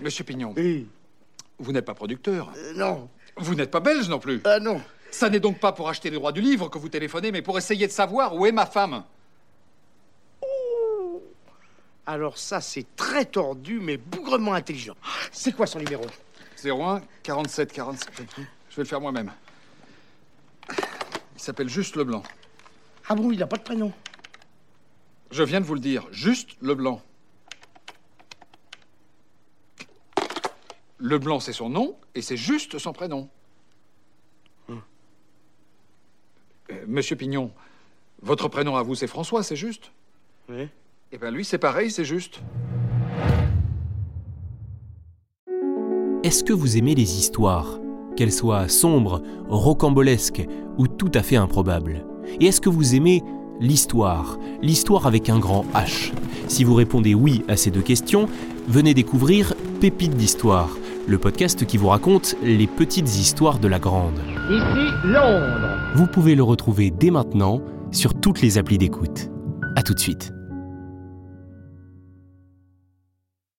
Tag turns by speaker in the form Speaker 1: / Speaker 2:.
Speaker 1: Monsieur Pignon,
Speaker 2: Oui.
Speaker 1: vous n'êtes pas producteur.
Speaker 2: Euh, non.
Speaker 1: Vous n'êtes pas belge non plus.
Speaker 2: Ah non.
Speaker 1: Ça n'est donc pas pour acheter les droits du livre que vous téléphonez, mais pour essayer de savoir où est ma femme.
Speaker 2: Alors ça, c'est très tordu, mais bougrement intelligent. C'est quoi son numéro
Speaker 1: 01 47 47. Je vais le faire moi-même. Il s'appelle Juste Leblanc.
Speaker 2: Ah bon, il n'a pas de prénom.
Speaker 1: Je viens de vous le dire, Juste Leblanc. Leblanc, c'est son nom, et c'est juste son prénom. Euh, Monsieur Pignon, votre prénom à vous, c'est François, c'est juste
Speaker 2: Oui.
Speaker 1: Eh bien, lui, c'est pareil, c'est juste.
Speaker 3: Est-ce que vous aimez les histoires Qu'elles soient sombres, rocambolesques ou tout à fait improbables Et est-ce que vous aimez l'histoire L'histoire avec un grand H Si vous répondez oui à ces deux questions, venez découvrir Pépites d'Histoire, le podcast qui vous raconte les petites histoires de la grande.
Speaker 2: Ici, Londres.
Speaker 3: Vous pouvez le retrouver dès maintenant sur toutes les applis d'écoute. A tout de suite.